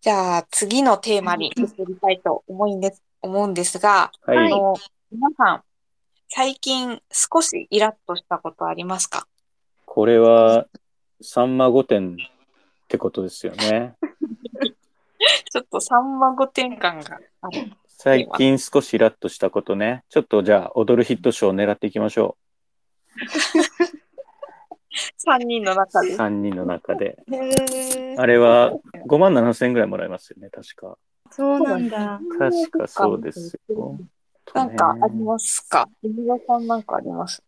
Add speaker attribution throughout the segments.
Speaker 1: じゃあ、次のテーマに移りたいと思いんです、思うんですが、
Speaker 2: はい。
Speaker 1: あの、皆さん、最近少しイラッとしたことありますか
Speaker 2: これは、さんま御殿ってことで すよね。
Speaker 1: ちょっと三万五転換がある。
Speaker 2: 最近少しイラッとしたことね。ちょっとじゃあ、踊るヒットショーを狙っていきましょ
Speaker 1: 三人の中
Speaker 2: う。
Speaker 1: で。
Speaker 2: 3人の中で。
Speaker 3: へえ
Speaker 2: あれは、5万7千円ぐらいもらえますよね、確か。
Speaker 3: そうなんだ。
Speaker 2: 確かそうですよ。
Speaker 1: なんかあり
Speaker 2: ね
Speaker 1: ますか水田さんなんかあります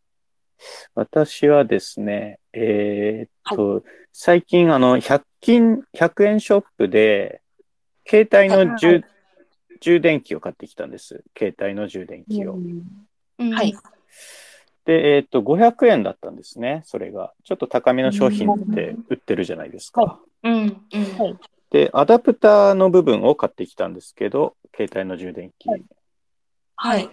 Speaker 2: 私はですね、えーっと、最近、あの、100均、100円ショップで、携帯の充,、
Speaker 1: は
Speaker 2: 充電器を買ってきたんです。携帯の充電器を。
Speaker 3: うん
Speaker 1: はい。
Speaker 2: で、えーっと、500円だったんですね、それが。ちょっと高めの商品って売ってるじゃないですか。
Speaker 3: うん。うん。
Speaker 1: はい
Speaker 2: で、アダプターの部分を買ってきたんですけど、携帯の充電器。
Speaker 1: はいはい。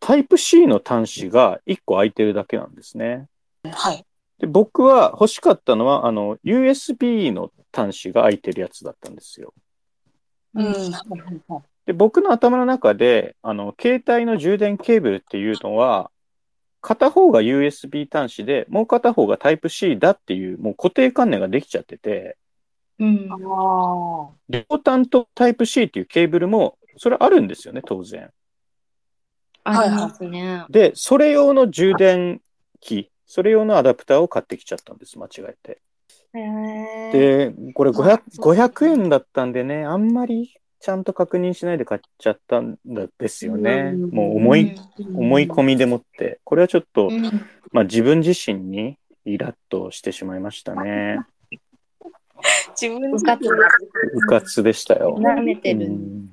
Speaker 2: タイプ C の端子が1個空いてるだけなんですね。
Speaker 1: はい。
Speaker 2: で僕は欲しかったのは、あの、USB の端子が空いてるやつだったんですよ。
Speaker 1: うん。
Speaker 3: う
Speaker 1: はい
Speaker 3: ん。
Speaker 1: はい
Speaker 2: で、僕の頭の中で、あの、携帯の充電ケーブルっていうのは、片方が USB 端子で、もう片方が Type-C だっていう、もう固定観念ができちゃってて、
Speaker 3: うん
Speaker 1: あ。あ。
Speaker 2: 両端と Type-C っていうケーブルも、それあるんですよね、当然。
Speaker 3: ありますね。
Speaker 2: で、それ用の充電器、それ用のアダプターを買ってきちゃったんです、間違えて。
Speaker 3: へえ。
Speaker 2: で、これ500
Speaker 3: そうそう
Speaker 2: 500円だったんでね、あんまりちゃんと確認しないで買っちゃったんですよね。
Speaker 1: うん
Speaker 2: もう思い、思い込みでもって。これはちょっと
Speaker 3: う、ん。うん
Speaker 2: まあ自分自身にイラッとしてしまいましたね。
Speaker 1: 自分
Speaker 3: う
Speaker 1: 自
Speaker 3: か
Speaker 1: 身
Speaker 3: つ
Speaker 2: うかつでしたよ。
Speaker 3: なめて
Speaker 2: う
Speaker 3: る。
Speaker 2: ん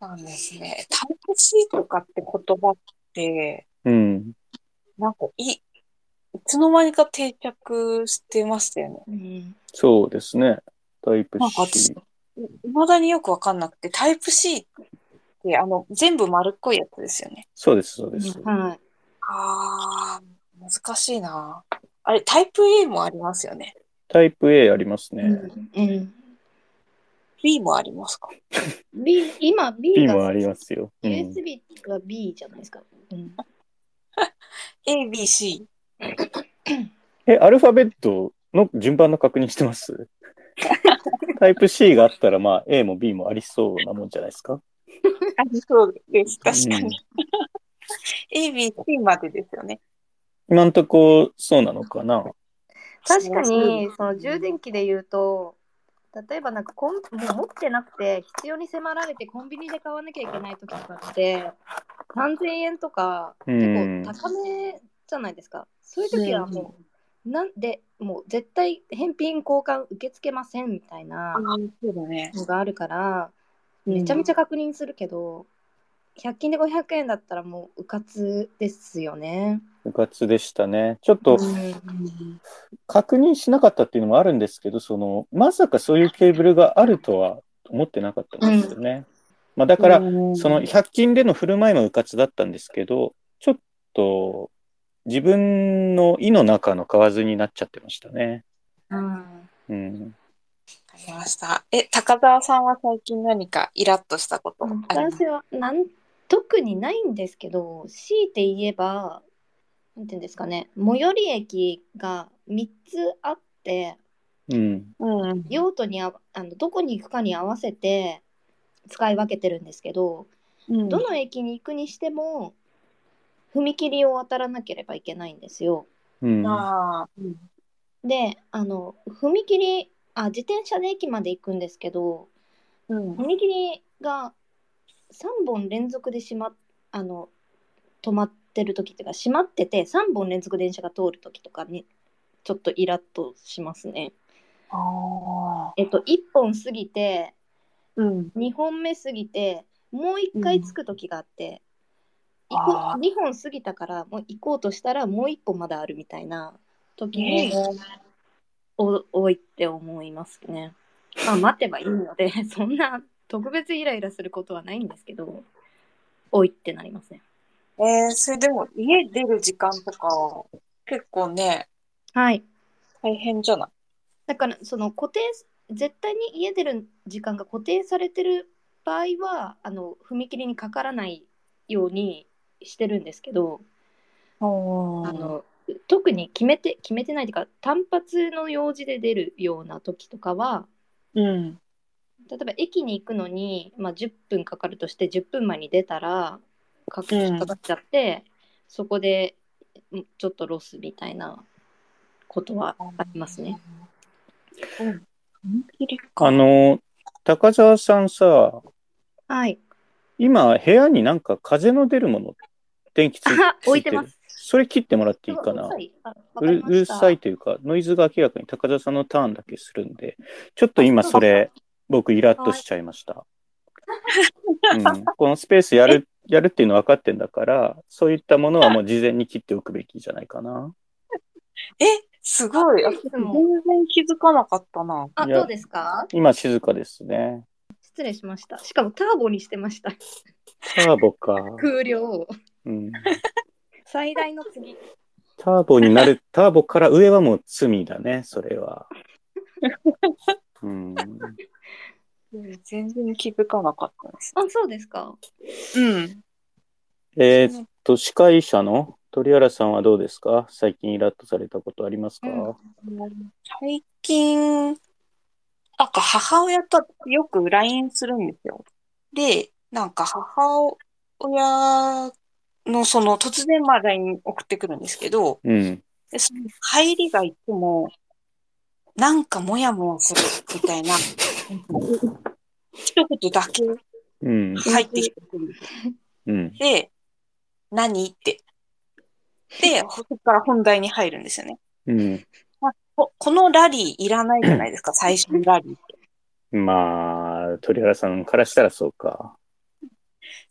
Speaker 1: なんですね。タイプ C とかって言葉って、
Speaker 2: うん。
Speaker 1: なんかい、いつの間にか定着してましたよね。
Speaker 3: うん。
Speaker 2: そうですね。タイプ
Speaker 1: なんか
Speaker 2: C
Speaker 1: 私。いまだによくわかんなくて、タイプ C ってあの、全部丸っこいやつですよね。
Speaker 2: そうです、そうです。
Speaker 3: はい。
Speaker 1: あー、難しいな。あれ、タイプ A もありますよね。
Speaker 2: タイプ A あります
Speaker 3: う
Speaker 2: ね。
Speaker 3: ん。うん。
Speaker 1: B もありますか
Speaker 3: B、今 B
Speaker 2: B
Speaker 3: が
Speaker 2: もありますよ。うん
Speaker 3: USB が B じゃないですか。うん。
Speaker 1: ?A、B、C。
Speaker 2: え、アルファベットの順番の確認してます タイプ C があったら、まあ A も B もありそうなもんじゃないですか
Speaker 1: ありそうです。確か
Speaker 2: うん
Speaker 1: に。A、B、C までですよね。
Speaker 2: 今んとこそうなのかな
Speaker 3: 確かに、その充電器で言うと、例えばなんかコン、もう持ってなくて、必要に迫られてコンビニで買わなきゃいけない時とかって、3000円とか、
Speaker 2: う
Speaker 3: 結
Speaker 2: ん
Speaker 3: 構高めじゃないですか。そういう時はもう、なんで、もう絶対返品交換受け付けませんみたいな
Speaker 1: あー、そうだね。
Speaker 3: のがあるから、
Speaker 1: うん
Speaker 3: めちゃめちゃ確認するけど、100均で500円だったらもう、うかつですよね。
Speaker 2: 部活でしたね。ちょっと
Speaker 3: うん
Speaker 2: 確認しなかったっていうのもあるんですけど、その、まさかそういうケーブルがあるとは思ってなかったんですよね。まあだから、その100均での振る舞いもうかつだったんですけど、ちょっと自分の意の中の蛙になっちゃってましたね。
Speaker 3: うん
Speaker 2: うん。
Speaker 1: わかりました。え、高澤さんは最近何かイラッとしたことあります
Speaker 3: 私はなん特にないんですけど強いて言えばなんていうんですかね最寄り駅が3つあって
Speaker 2: うん。
Speaker 1: うん。
Speaker 3: 用途にああのどこに行くかに合わせて使い分けてるんですけど、
Speaker 1: うん
Speaker 3: どの駅に行くにしても踏切を渡らなければいけないんですよ。
Speaker 2: うん。
Speaker 1: ああ、うん
Speaker 3: であの踏切あ自転車で駅まで行くんですけど
Speaker 1: うん。
Speaker 3: 踏切が3本連続でしまあの止まってる時っていうか閉まってて3本連続電車が通る時とかにちょっとイラッとしますね。
Speaker 1: ああ。
Speaker 3: えっと1本過ぎて
Speaker 1: うん。
Speaker 3: 2本目過ぎてもう1回着く時があって、
Speaker 1: うん
Speaker 3: 行こう
Speaker 1: あー
Speaker 3: 2本過ぎたからもう行こうとしたらもう1個まだあるみたいな時
Speaker 1: え
Speaker 3: にお多いって思いますね。まあ待てばいいので そんな特別イライラすることはないんですけど多いってなりますね。
Speaker 1: ー、えーそれでも家出る時間とかは結構ね、
Speaker 3: はい。
Speaker 1: 大変じゃない
Speaker 3: だからその固定絶対に家出る時間が固定されてる場合はあの踏切にかからないようにしてるんですけど、
Speaker 1: おー
Speaker 3: あの特に決めて決めてないというか単発の用事で出るような時とかは
Speaker 1: うん。
Speaker 3: 例えば駅に行くのに、まあ、10分かかるとして10分前に出たらかか
Speaker 1: うん
Speaker 3: かかっちゃって、そこでんちょっとロスみたいなことはありますね。
Speaker 1: うん。本気でか
Speaker 2: あ、の、高澤さんさ、
Speaker 3: はい。
Speaker 2: 今、部屋になんか風の出るもの、電気つい
Speaker 3: あ
Speaker 2: つ
Speaker 3: 置
Speaker 2: い
Speaker 3: い
Speaker 2: て
Speaker 3: て
Speaker 2: る
Speaker 3: ます。
Speaker 2: それ切ってもらっていいか
Speaker 3: あ
Speaker 2: な。
Speaker 3: わ
Speaker 2: う
Speaker 3: かり
Speaker 2: る
Speaker 3: ま
Speaker 2: うる
Speaker 3: した
Speaker 2: さいというか、ノイズが明らかに高田さんのターンだけするんで、ちょっと今それ、僕イラッとしちゃいました。うん、このスペースや る、やるっていうの分かってんだから、そういったものはもう事前に切っておくべきじゃないかな。
Speaker 1: え、すごい。
Speaker 3: あ
Speaker 1: あ
Speaker 3: い
Speaker 1: 全
Speaker 3: つ
Speaker 1: 然
Speaker 3: も
Speaker 1: 気づかなかったな。
Speaker 3: あ
Speaker 2: いや
Speaker 3: どうですか
Speaker 2: 今静かですね。
Speaker 3: 失礼しました。しかもターボにしてました。
Speaker 2: ターボか。
Speaker 3: 空量を
Speaker 2: うん、
Speaker 3: 最大の次。
Speaker 2: ターボになる、ターボから上はもう罪だね、それは。うん、
Speaker 1: 全然気づかなかったです。
Speaker 3: あそうですか。
Speaker 1: うん。
Speaker 2: えーっと、司会者の鳥原さんはどうですか最近イラッとされたことありますか、
Speaker 3: うん
Speaker 1: 最近、なんか母親とよく LINE するんですよ。で、なんか母親のその突然まあ LINE 送ってくるんですけど、
Speaker 2: うん
Speaker 1: でその入りがいつも、なんかモヤモヤするみたいな、一言だけ
Speaker 2: うん。
Speaker 1: 入ってきてくるんですよ
Speaker 2: うん。
Speaker 1: で、何って。で、そこから本題に入るんですよね。
Speaker 2: うん。
Speaker 1: ここのラリーいらないじゃないですか、最初のラリー。
Speaker 2: まあ、鳥原さんからしたらそうか。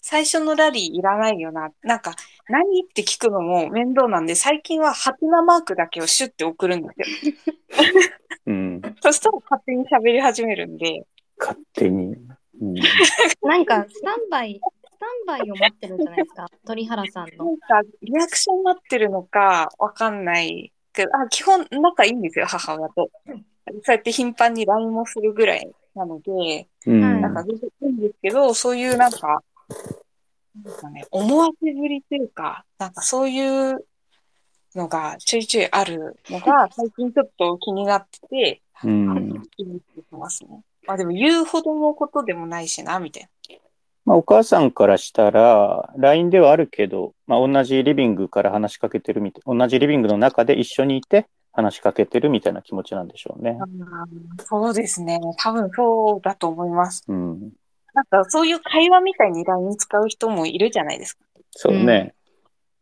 Speaker 1: 最初のラリーいらないよな。なんか、何って聞くのも面倒なんで、最近はハテナマークだけをシュッて送るんです
Speaker 2: うん。
Speaker 1: よ。そしたら勝手に喋り始めるんで、
Speaker 2: 勝手に。うん、
Speaker 3: なんかスタンバイ、スタンバイを待ってるんじゃないですか。鳥原さん
Speaker 1: な
Speaker 3: の。
Speaker 1: んかリアクション待ってるのかわかんないけど、あ、基本仲いいんですよ、母親と。そうやって頻繁に LINE もするぐらいなので、
Speaker 2: うん。
Speaker 3: はい
Speaker 1: なんか全然いいんですけど、そういうなんか、なんですかね、思わせぶりというか、なんかそういうのがちょいちょいあるのが、最近ちょっと気になってて、
Speaker 2: うん
Speaker 1: 気になってますね。まあでも言うほどのことでもないしな、みたい
Speaker 2: まあ、お母さんからしたら、LINE ではあるけど、まあ、同じリビングから話しかけてるみたい、同じリビングの中で一緒にいて話しかけてるみたいな気持ちなんでしょうね
Speaker 1: な。。そうですね。多分そうだと思います。
Speaker 2: うん。
Speaker 1: なんかそういう会話みたいに LINE 使う人もいるじゃないですか。
Speaker 2: そうね。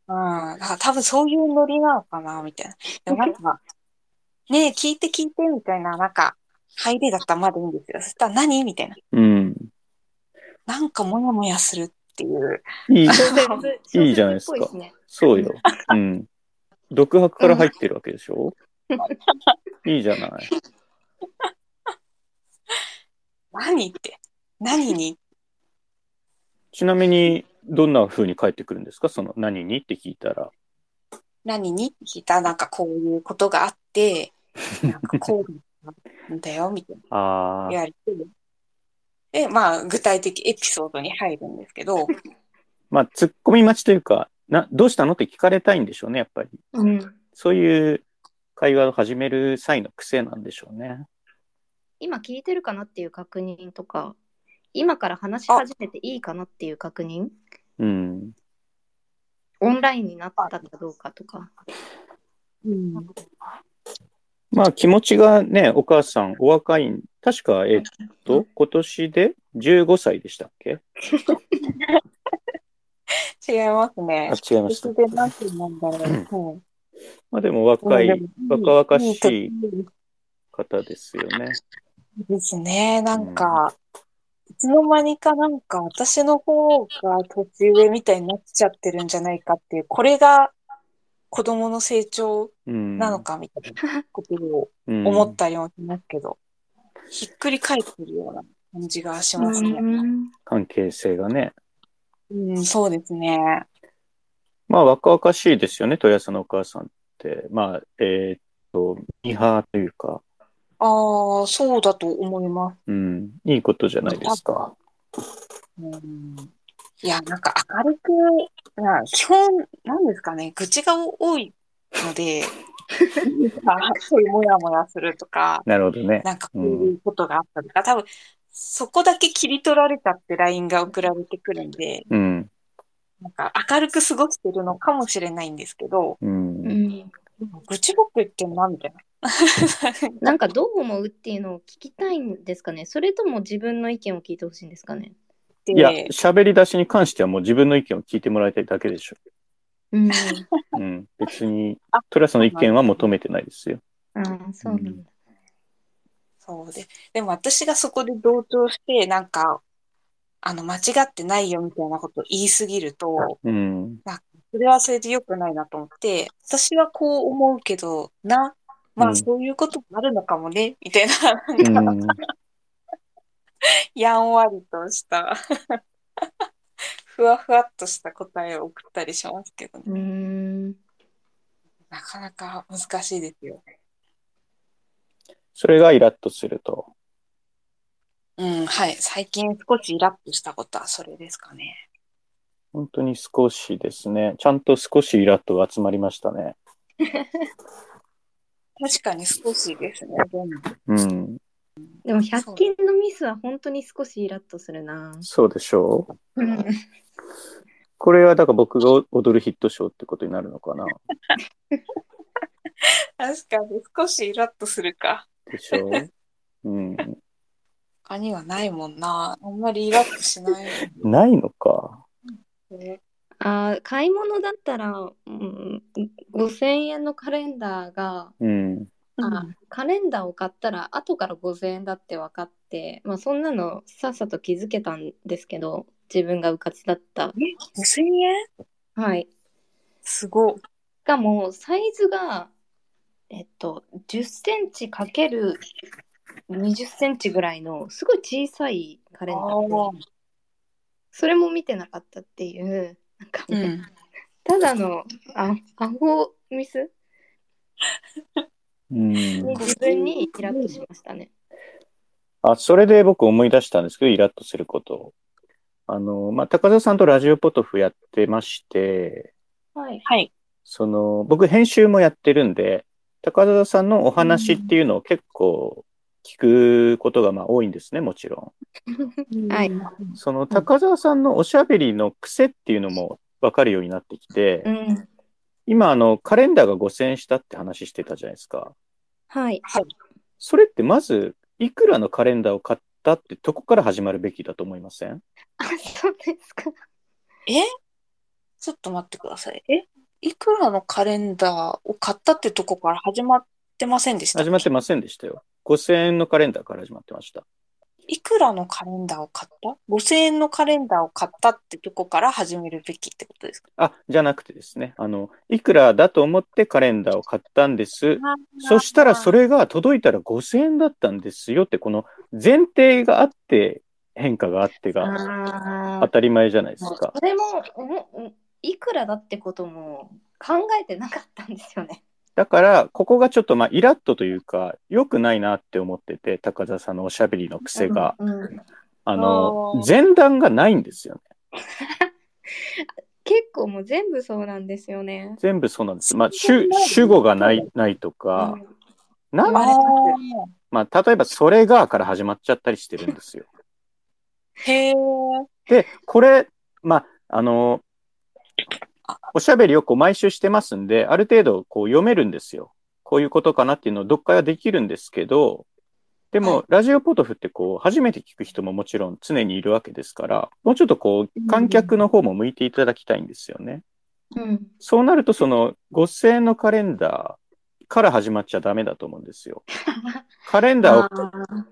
Speaker 1: うん、だから多分そういうノリなのかな、みたいな。でもなんか、ねえ、聞いて聞いて、みたいな、なんか、入りだったらまだいいんですよ。そしたら何みたいな。
Speaker 2: うん。
Speaker 1: なんかモヤモヤするっていう。
Speaker 2: いい、
Speaker 3: 説
Speaker 2: いいじゃないですか
Speaker 3: 小説っぽすね
Speaker 2: そ うよ。うん。独白から入ってるわけでしょ、いいじゃない。
Speaker 1: 何って。何に
Speaker 2: ちなみに、どんな風に返ってくるんですかその、何にって聞いたら。
Speaker 1: 何にって聞いたら、なんかこういうことがあって、なんかこうなんだよ、みたいな
Speaker 2: あ
Speaker 1: 言われて。で、まあ、具体的エピソードに入るんですけど、
Speaker 2: まあ、突っ込み待ちというか、な、どうしたのって聞かれたいんでしょうね、やっぱり。
Speaker 3: うん、
Speaker 2: そういう会話を始める際の癖なんでしょうね。
Speaker 3: 今聞いてるかなっていう確認とか、今から話し始めていいかなっていう確認、
Speaker 2: うん。
Speaker 3: オンラインになったかどうかとか。
Speaker 2: まあ、気持ちがね、お母さん、お若いん、確か、えっと、今年で15歳でしたっけ
Speaker 1: 違います
Speaker 2: あ、
Speaker 1: ね。
Speaker 2: 違いました
Speaker 1: 別。で何て言うんだろう。
Speaker 2: まあ、でも若い
Speaker 1: うん
Speaker 2: 若々しい。
Speaker 1: うん
Speaker 2: 方ですよね。
Speaker 1: ですね。なんか、いつの間にかなんか私の方が年上みたいになっちゃってるんじゃないかっていう、これが子供の成長
Speaker 2: うん。
Speaker 1: なのかみたいなことを
Speaker 2: うん、
Speaker 1: 思ったようになますけど、ひっくり返ってるような感じがしますね。
Speaker 2: 関係性がね。
Speaker 1: うん、そうですね。
Speaker 2: まあ、若々しいですよね、鳥谷さんのお母さんって。まあ、えーっと、ミーハーというか、
Speaker 1: ああ、そうだと思います。
Speaker 2: うん、いいことじゃないですか。
Speaker 1: うんいや、なんか明るく、な基本、なんですかね、愚痴が多いの で、あそういうもやもやするとか、
Speaker 2: なるほどね。
Speaker 1: なんかこういうことがあったとか、多分、そこだけ切り取られたって LINE が送られてくるんで、
Speaker 2: うん、
Speaker 1: なんか明るく過ごしてるのかもしれないんですけど、
Speaker 2: うん、
Speaker 3: うん、
Speaker 1: でも愚痴僕言ってんな、みたいな。
Speaker 3: なんかどう思うっていうのを聞きたいんですかねそれとも自分の意見を聞いてほしいんですかね
Speaker 1: で
Speaker 2: いや、喋り出しに関してはもう自分の意見を聞いてもらいたいだけでしょ。
Speaker 3: うん。
Speaker 2: うん、別に
Speaker 1: あ、
Speaker 2: トラスの意見は求めてないですよ。
Speaker 3: ああ、そうなんだ。
Speaker 1: そうで、でも私がそこで同調して、なんか、あの、間違ってないよみたいなこと言いすぎると、
Speaker 2: うん、
Speaker 1: それはそれで良くないなと思って、私はこう思うけどな、ま
Speaker 2: う
Speaker 1: あ
Speaker 2: ん
Speaker 1: そういうこともあるのかもね、みたいな、
Speaker 2: う
Speaker 1: なんか、
Speaker 2: ん、
Speaker 1: やんわりとした、 ふわふわっとした答えを送ったりしますけどね。
Speaker 3: うーん。
Speaker 1: なかなか難しいですよ。
Speaker 2: それがイラッとすると。
Speaker 1: うん、はい。最近少しイラッとしたことはそれですかね。
Speaker 2: 本当に少しですね。ちゃんと少しイラッとが集まりましたね。
Speaker 1: 確かに少しですね。でも
Speaker 2: うん、
Speaker 3: でも100均のミスは本当に少しイラッとするな。
Speaker 2: そうでしょ
Speaker 3: う
Speaker 2: う。
Speaker 3: ん
Speaker 2: これはだから僕が踊るヒットショーってことになるのかな。
Speaker 1: 確かに少しイラッとするか。
Speaker 2: でしょう。うん、
Speaker 1: 他にはないもんな。あんまりイラッとしない
Speaker 2: ないのか。
Speaker 1: もんね。
Speaker 3: あー買い物だったら、うん、5000円のカレンダーが、
Speaker 2: うん、
Speaker 3: あカレンダーを買ったら後から5000円だって分かって、まあ、そんなのさっさと気づけたんですけど自分がうかつだった。
Speaker 1: 5000円
Speaker 3: はい、
Speaker 1: すごっ。
Speaker 3: しかもサイズが、えっと、10センチかける20センチぐらいのすごい小さいカレンダーでそれも見てなかったっていうなんか、ね
Speaker 1: うん。
Speaker 3: ただのあアホミス
Speaker 2: うん。
Speaker 3: に自分にイラッとしましたね。
Speaker 2: あ、それで僕思い出したんですけど、イラッとすることを。あの、まあ、高田さんとラジオポトフやってまして、
Speaker 3: はい、
Speaker 1: はい。
Speaker 2: その、僕編集もやってるんで、高田さんのお話っていうのを結構聞くことがまあ多いんですね、もちろ
Speaker 3: はい
Speaker 2: ん。その高田さんのおしゃべりの癖っていうのもわかるようになってきて
Speaker 3: う、ん
Speaker 2: 今あの、カレンダーが5000円したって話してたじゃないですか。
Speaker 3: はい、
Speaker 2: それってまず、いくらのカレンダーを買ったってとこから始まるべきだと思いません
Speaker 3: あそうですか。
Speaker 1: えちょっと待ってください。えいくらのカレンダーを買ったってとこから始まってませんでしたっけ
Speaker 2: 始まってませんでしたよ。5000円のカレンダーから始まってました。
Speaker 1: いくらのカレンダーを買った ?5000 円のカレンダーを買ったってとこから始めるべきってことですか
Speaker 2: あ、じゃなくてですね。あの、いくらだと思ってカレンダーを買ったんです。そしたらそ
Speaker 1: れ。
Speaker 2: れが届いたら5000円だったんですよって、この前提があって、変化があって
Speaker 3: あ
Speaker 2: が当たり前じゃないですか
Speaker 3: そ。れもおもおいくらだってことも考えてなかったんですよね。
Speaker 2: だから、ここがちょっとまあ、イラッとというか、良くないなって思ってて、高田さんのおしゃべりの癖が、
Speaker 3: うんうん
Speaker 2: あの
Speaker 1: あ、ー
Speaker 2: 前段がないんですよね。
Speaker 3: 結構もう全部そうなんですよね。
Speaker 2: 全部そうなんです。まあ、主主語がない、ないとか、なん
Speaker 1: あー
Speaker 2: まあ、例えば、それがから始まっちゃったりしてるんですよ。
Speaker 1: へえ。
Speaker 2: で、これ、まあ、あの、おしゃべりをこう毎週してますんで、ある程度こう読めるんですよ。こういうことかなっていうのを読解はできるんですけど、でも、
Speaker 1: は
Speaker 2: ラジオポトフってこう、初めて聞く人ももちろん常にいるわけですから、もうちょっとこう、観客の方も向いていただきたいんですよね。
Speaker 3: うん、
Speaker 2: そうなると、その、5000円のカレンダーから始まっちゃダメだと思うんですよ。カレンダーを
Speaker 3: あ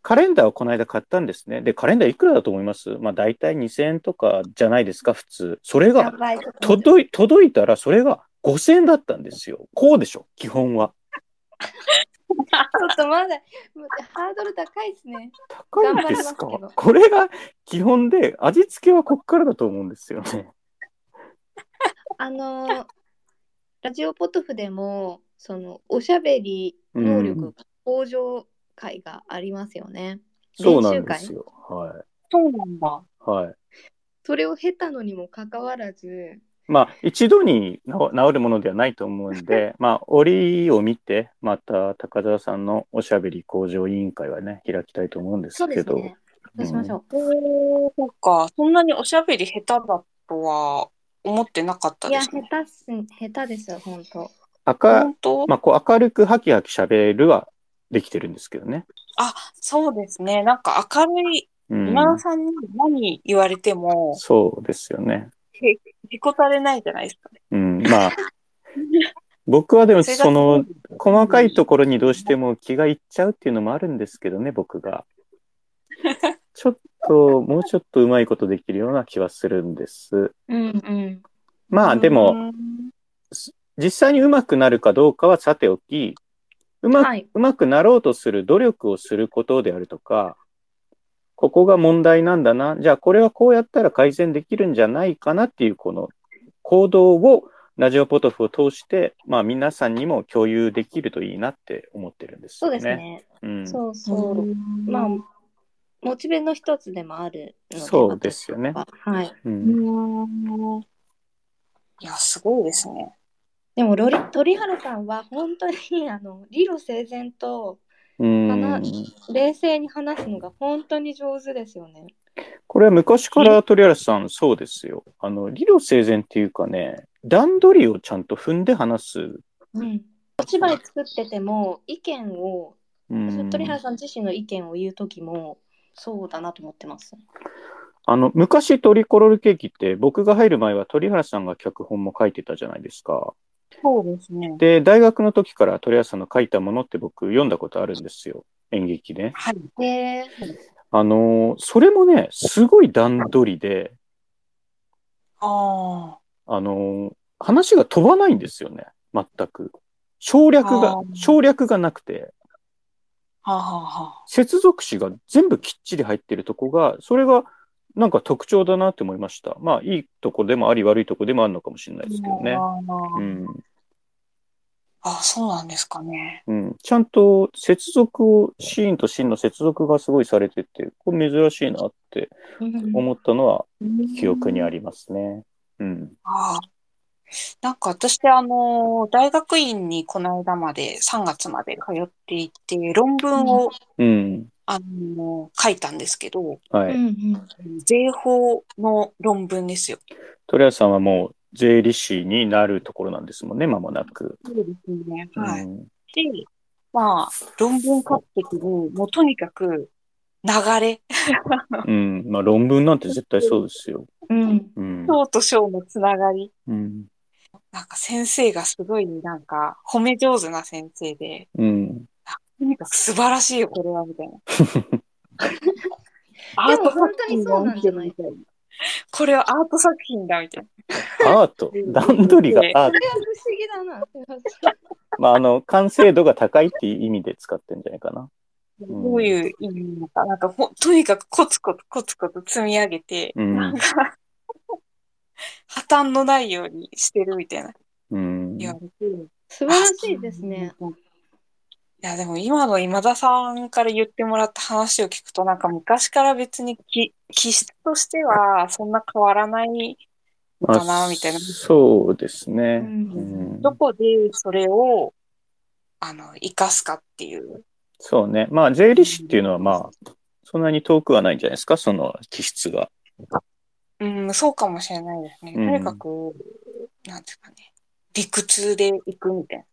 Speaker 2: カレンダーをこの間買ったんですね。で、カレンダーいくらだと思いますまあ大体2000円とかじゃないですか、普通。それ
Speaker 3: ーや
Speaker 2: が
Speaker 3: ばいと思って
Speaker 2: 届い、届いたらそれが5000円だったんですよ。こうでしょ、基本は。
Speaker 3: ちょっとまだまだハードル高いですね。
Speaker 2: 高いんですか
Speaker 3: 頑張りますけど
Speaker 2: これが基本で、味付けはこっからだと思うんですよ ね。
Speaker 3: あのーラジオポトフでもそのおしゃべり能力工場会がありますよね。
Speaker 2: そうなんですよ。は
Speaker 1: そうなんだ。
Speaker 2: い。はい。
Speaker 3: それを経たのにもかかわらず、
Speaker 2: まあ、一度に治治るものではないと思うん で、まあ、折を見て、また高田さんのおしゃべり向上委員会はね、開きたいと思うんです
Speaker 3: そうで
Speaker 2: け
Speaker 3: す
Speaker 2: ど。
Speaker 3: ね。そうしましょう。
Speaker 1: おー、そっか。そんなにおしゃべり下手だとは思ってなかった
Speaker 3: い
Speaker 1: で
Speaker 3: や、
Speaker 1: す
Speaker 3: 下
Speaker 1: ね。
Speaker 3: 手っす、下手ですよ、本当。
Speaker 2: 赤
Speaker 1: 本、当
Speaker 2: まあ、こう明るくハキハキしゃべるはできてるんですけどね。
Speaker 1: あ、そうですね。なんか明るい、
Speaker 2: うん、
Speaker 1: 今田さんに何言われても、
Speaker 2: そうですよね。
Speaker 1: へこたれないじゃないですかね。
Speaker 2: うん、まあ、僕はでも
Speaker 1: それが
Speaker 2: その
Speaker 1: すごい
Speaker 2: 細かいところにどうしても気がいっちゃうっていうのもあるんですけどね、僕が。ちょっと、もうちょっとうまいことできるような気はするんです。
Speaker 3: うんうん。
Speaker 2: まあで
Speaker 1: う
Speaker 2: も、
Speaker 1: ん
Speaker 2: 実際にうまくなるかどうかはさておき、うまく
Speaker 3: はい。
Speaker 2: うまくなろうとする努力をすることであるとか、ここが問題なんだな、じゃあこれはこうやったら改善できるんじゃないかなっていうこの行動をラジオポトフを通して、まあ皆さんにも共有できるといいなって思ってるんです
Speaker 3: そ
Speaker 2: よ
Speaker 3: う
Speaker 2: ね。
Speaker 3: ですね。
Speaker 2: うん、
Speaker 3: そうそう。まあ、モチベの一つでもあるので。
Speaker 2: そうですよね
Speaker 3: 私は。はい。
Speaker 2: う
Speaker 1: うんん。いや、すごいですね。
Speaker 3: でもロリ鳥原さんは本当にあの理路整然と
Speaker 2: うん
Speaker 3: 話冷静に話すのが本当に上手ですよね。
Speaker 2: これは昔から鳥原さん、そうですよ。あの、理路整然っていうかね、段取りをちゃんと踏んで話す。
Speaker 3: うん、お芝居作ってても意見を
Speaker 2: うん
Speaker 3: 鳥原さん自身の意見を言う時もそうだなと思ってます。
Speaker 2: あの昔トリコロールケーキって僕が入る前は鳥原さんが脚本も書いてたじゃないですか。
Speaker 1: そうですね。
Speaker 2: で大学の時から鳥原さんの書いたものって僕読んだことあるんですよ演劇で。
Speaker 1: はい。
Speaker 3: へ
Speaker 2: あのーそれもねすごい段取りで、
Speaker 1: ああ。
Speaker 2: あのー話が飛ばないんですよね全く。省略が
Speaker 1: あー
Speaker 2: 省略がなくて
Speaker 1: はあはあはあ。
Speaker 2: 接続詞が全部きっちり入ってるとこがそれがなんか特徴だなって思いました。まあいいとこでもあり悪いとこでもあるのかもしれないですけどね。
Speaker 1: あ
Speaker 2: う
Speaker 1: ー
Speaker 2: ん
Speaker 1: あ、そうなんですかね。
Speaker 2: うん、ちゃんと接続を、シーンとシーンの接続がすごいされてて、これ珍しいなって思ったのは記憶にありますね。うん。
Speaker 1: あーなんか私、あの、大学院にこの間まで3月まで通っていて、論文を、
Speaker 2: うん。
Speaker 1: あの、書いたんですけど、
Speaker 2: はい。
Speaker 3: うんうん
Speaker 1: 税法の論文ですよ。
Speaker 2: 鳥谷さんはもう税理士になるところなんですもんね、間もなく。
Speaker 1: そうですね。はい。
Speaker 2: うん、
Speaker 1: で、まあ、論文書くときに、もうとにかく、流れ、
Speaker 2: うん。まあ論文なんて絶対そうですよ。
Speaker 3: うん
Speaker 2: うん。
Speaker 1: 章と章のつながり、
Speaker 2: うん。
Speaker 1: なんか先生がすごいなんか褒め上手な先生で、
Speaker 2: うん。
Speaker 1: とにかく素晴らしいよ、これは、みたいな。ア ー
Speaker 3: で
Speaker 1: ト
Speaker 3: も
Speaker 1: 作
Speaker 3: 本当に
Speaker 1: 品
Speaker 3: そう
Speaker 1: が
Speaker 3: なん
Speaker 1: 起き
Speaker 3: じ
Speaker 1: て
Speaker 3: ゃ
Speaker 1: る
Speaker 3: ない
Speaker 1: みたいな。これはアート作品だ、みたいな。
Speaker 2: アート。段取りが
Speaker 3: そ。
Speaker 2: アート
Speaker 3: れは不思議だな。
Speaker 2: まあ、あの、完成度が高いっていう意味で使ってるんじゃないかな。ん
Speaker 1: どういう意味なのか。なんかほ、とにかくコツコツコツコツ積み上げて、
Speaker 2: うん。
Speaker 1: 破綻のないようにしてるみたいな
Speaker 2: うん。
Speaker 1: 言われて。
Speaker 3: 素晴らしいですね。
Speaker 1: いや、でも今の今田さんから言ってもらった話を聞くと、なんか昔から別に気気質としてはそんな変わらないの
Speaker 2: まあ
Speaker 1: かな、みたいな。
Speaker 2: そうですね。
Speaker 3: うん
Speaker 2: うん
Speaker 1: どこでそれを、あの、生かすかっていう。
Speaker 2: そうね。まあ、税理士っていうのは、まあ、そんなに遠くはないんじゃないですか、その気質が。
Speaker 1: うん、そうかもしれないですね。
Speaker 2: うん
Speaker 1: とにかく、なんていうかね、理屈で行くみたいな。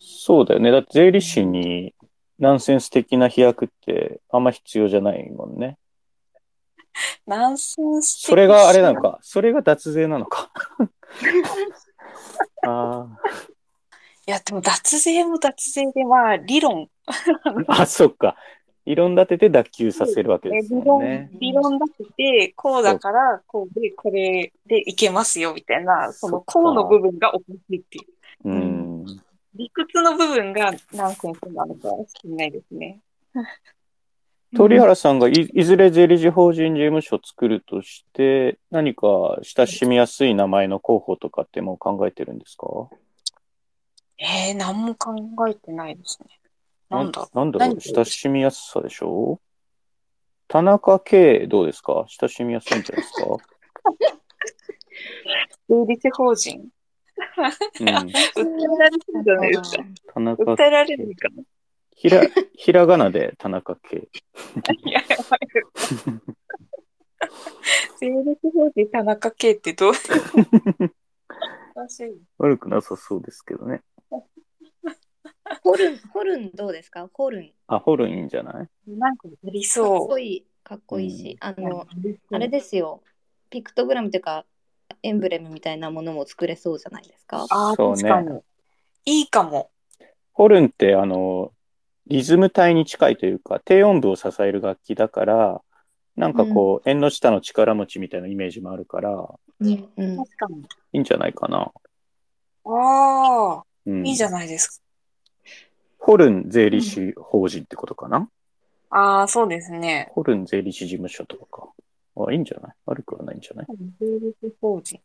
Speaker 2: そうだよね。だって税理士にナンセンス的な飛躍ってあんま必要じゃないもんね。
Speaker 1: ナンセンス的
Speaker 2: それがあれなのか。それが脱税なのか。あ
Speaker 1: いや、でも脱税も脱税で、まあ、理論、
Speaker 2: ーあ、そっか。理論立てて脱臼させるわけです
Speaker 1: 理
Speaker 2: もんね
Speaker 1: 論。、理論だって、こうだから、こうで、これでいけますよ、みたいな、そ
Speaker 2: そっ
Speaker 1: の、
Speaker 2: か
Speaker 1: こうの部分がおかしいっていう。
Speaker 2: うん。
Speaker 1: 理屈の部分がナンセンスなのかもしれないですね。
Speaker 2: 鳥原さんがいいずれ税理士法人事務所を作るとして、何か親しみやすい名前の候補とかってもう考えてるんですか
Speaker 1: えー、何も考えてないですね。なんだ
Speaker 2: なんだろう、
Speaker 1: 何
Speaker 2: 親しみやすさでしょ田中圭どうですか親しみやすいんじゃない
Speaker 1: 法律法人。
Speaker 2: ですか、
Speaker 1: 訴えられるんじゃないですか。
Speaker 2: うん、田中
Speaker 1: 訴えられるかな。
Speaker 2: ひら、ひらがなで田中圭。
Speaker 1: いや、やばい。税率法人田中圭ってどうおかしい。
Speaker 2: 悪くなさそうですけどね。
Speaker 3: ホルン、ホルンどうですかホルン。
Speaker 2: あ、ホルンいいんじゃない
Speaker 1: なんかあり
Speaker 3: かっ
Speaker 1: そ
Speaker 3: こいい、かっこいいし、あ
Speaker 1: う。
Speaker 3: の、あれですよ、ピクトグラムというか、エンブレムみたいなものも作れそうじゃないですか。
Speaker 1: あー
Speaker 2: そう
Speaker 1: 確
Speaker 2: ね
Speaker 1: かに。いいかも。
Speaker 2: ホルンって、あの、リズム体に近いというか、低音部を支える楽器だから、なんかこう、縁の下の力持ちみたいなイメージもあるから、
Speaker 3: うん、うん、
Speaker 1: 確かに。
Speaker 2: いいんじゃないかな。
Speaker 1: ああ、
Speaker 2: うん、
Speaker 1: いいじゃ
Speaker 2: ん。
Speaker 1: ないです
Speaker 2: ホルン税理士法人ってことかな、
Speaker 1: か。ああ、そうですね。
Speaker 2: ホルン税理士事務所とかか。あ、いいんじゃない悪くはないんじゃない
Speaker 1: 税率法人。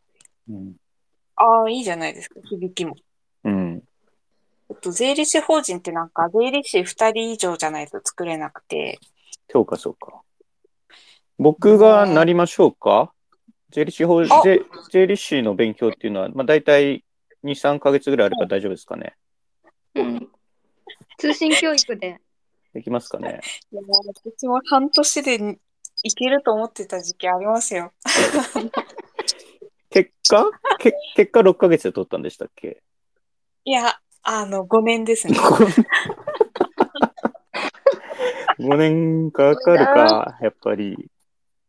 Speaker 2: うん。
Speaker 1: ああ、いいじゃないですか。響きも。
Speaker 2: うん。
Speaker 1: あと税理士法人ってなんか税理士2人以上じゃないと作れなくて。
Speaker 2: そうか、そうか。僕がなりましょうか税理士法、
Speaker 1: あ
Speaker 2: 税税理士の勉強っていうのは、まあ、大体2、3ヶ月ぐらいあれば大丈夫ですかね。
Speaker 3: うん。通信教育で。
Speaker 2: できますかね。
Speaker 1: いやー、私も半年でにいけると思ってた時期ありますよ。
Speaker 2: 結果け結果6ヶ月で取ったんでしたっけ
Speaker 1: いや、あの、5年ですね。
Speaker 2: ?5 年かかるか、やっぱり。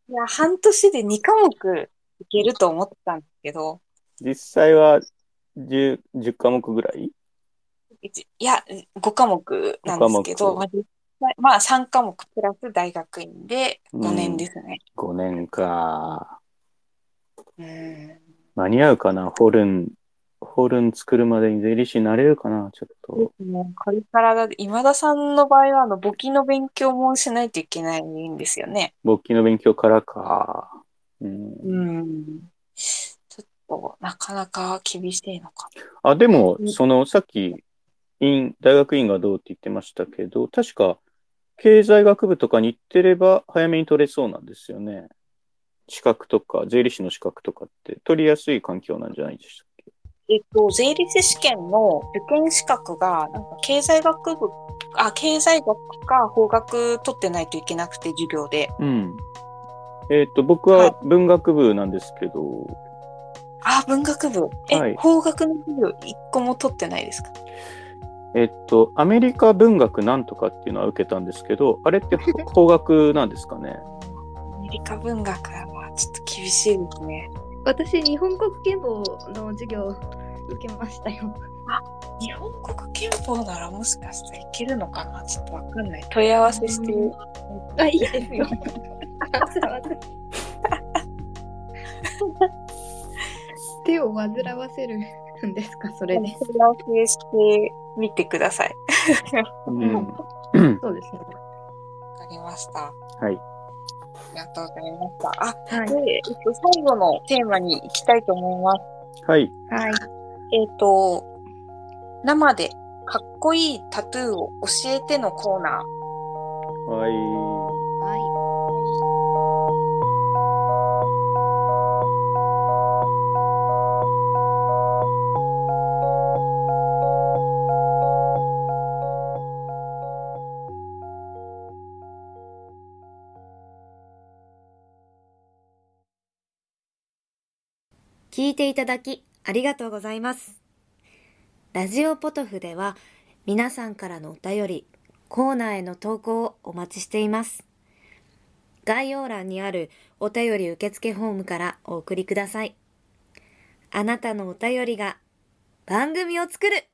Speaker 1: いや、半年で2科目いけると思ってたんですけど、
Speaker 2: 実際は 10, 10科目ぐらい
Speaker 1: 一いや、5科目なんですけど、
Speaker 2: 五
Speaker 1: ま
Speaker 2: 科目
Speaker 1: あ実際まあ3科目プラス大学院で5年ですね。
Speaker 2: ?5 年か。
Speaker 1: うん。
Speaker 2: 間に合うかなホルン、ホルン作るまでに税理士になれるかなちょっと。
Speaker 1: もうこれからだって、今田さんの場合は、あの、簿記の勉強もしないといけないんですよね。
Speaker 2: 簿記の勉強からか。うん、
Speaker 1: うん。ちょっと、なかなか厳しいのかな。
Speaker 2: あ、でも
Speaker 1: う、ん
Speaker 2: その、さっき、院、大学院がどうって言ってましたけど、確か、経済学部とかに行ってれば、早めに取れそうなんですよね。資格とか、税理士の資格とかって、取りやすい環境なんじゃないでしたっけ
Speaker 1: えっと、税理士試験の受験資格が、なんか経済学部、あ、経済学か法学取ってないといけなくて、授業で。
Speaker 2: うん。えっ、と、僕
Speaker 1: は
Speaker 2: はい文学部なんですけど、
Speaker 1: あ、文学部。え、
Speaker 2: はい
Speaker 1: 法学の授業一個も取ってないですか
Speaker 2: えっと、アメリカ文学なんとかっていうのは受けたんですけど、あれ って法法学なんですかね
Speaker 1: アメリカ文学はちょっと厳しいですね。
Speaker 3: 私、日本国憲法の授業を受けましたよ。
Speaker 1: 日本国憲法ならもしかしたらいけるのかなちょっとわかんない。問い合わせして。
Speaker 3: うんあ、いいですよ。手を煩わせるんですか、それで。
Speaker 1: 問い合わせしてみてください。
Speaker 2: うん。
Speaker 1: わ
Speaker 2: は
Speaker 3: そうですね。
Speaker 1: かりました。
Speaker 2: い。
Speaker 1: ありがとうございました。あ、
Speaker 3: はい
Speaker 1: で、えっと、最後のテーマに行きたいと思います。
Speaker 2: はい。
Speaker 3: はい。
Speaker 1: えっ、と、生でかっこいいタトゥーを教えてのコーナー。
Speaker 2: はい。
Speaker 3: はい。
Speaker 4: 聞いていただきありがとうございます。ラジオポトフでは皆さんからのお便り、コーナーへの投稿をお待ちしています。概要欄にあるお便り受付フォームからお送りください。あなたのお便りが番組を作る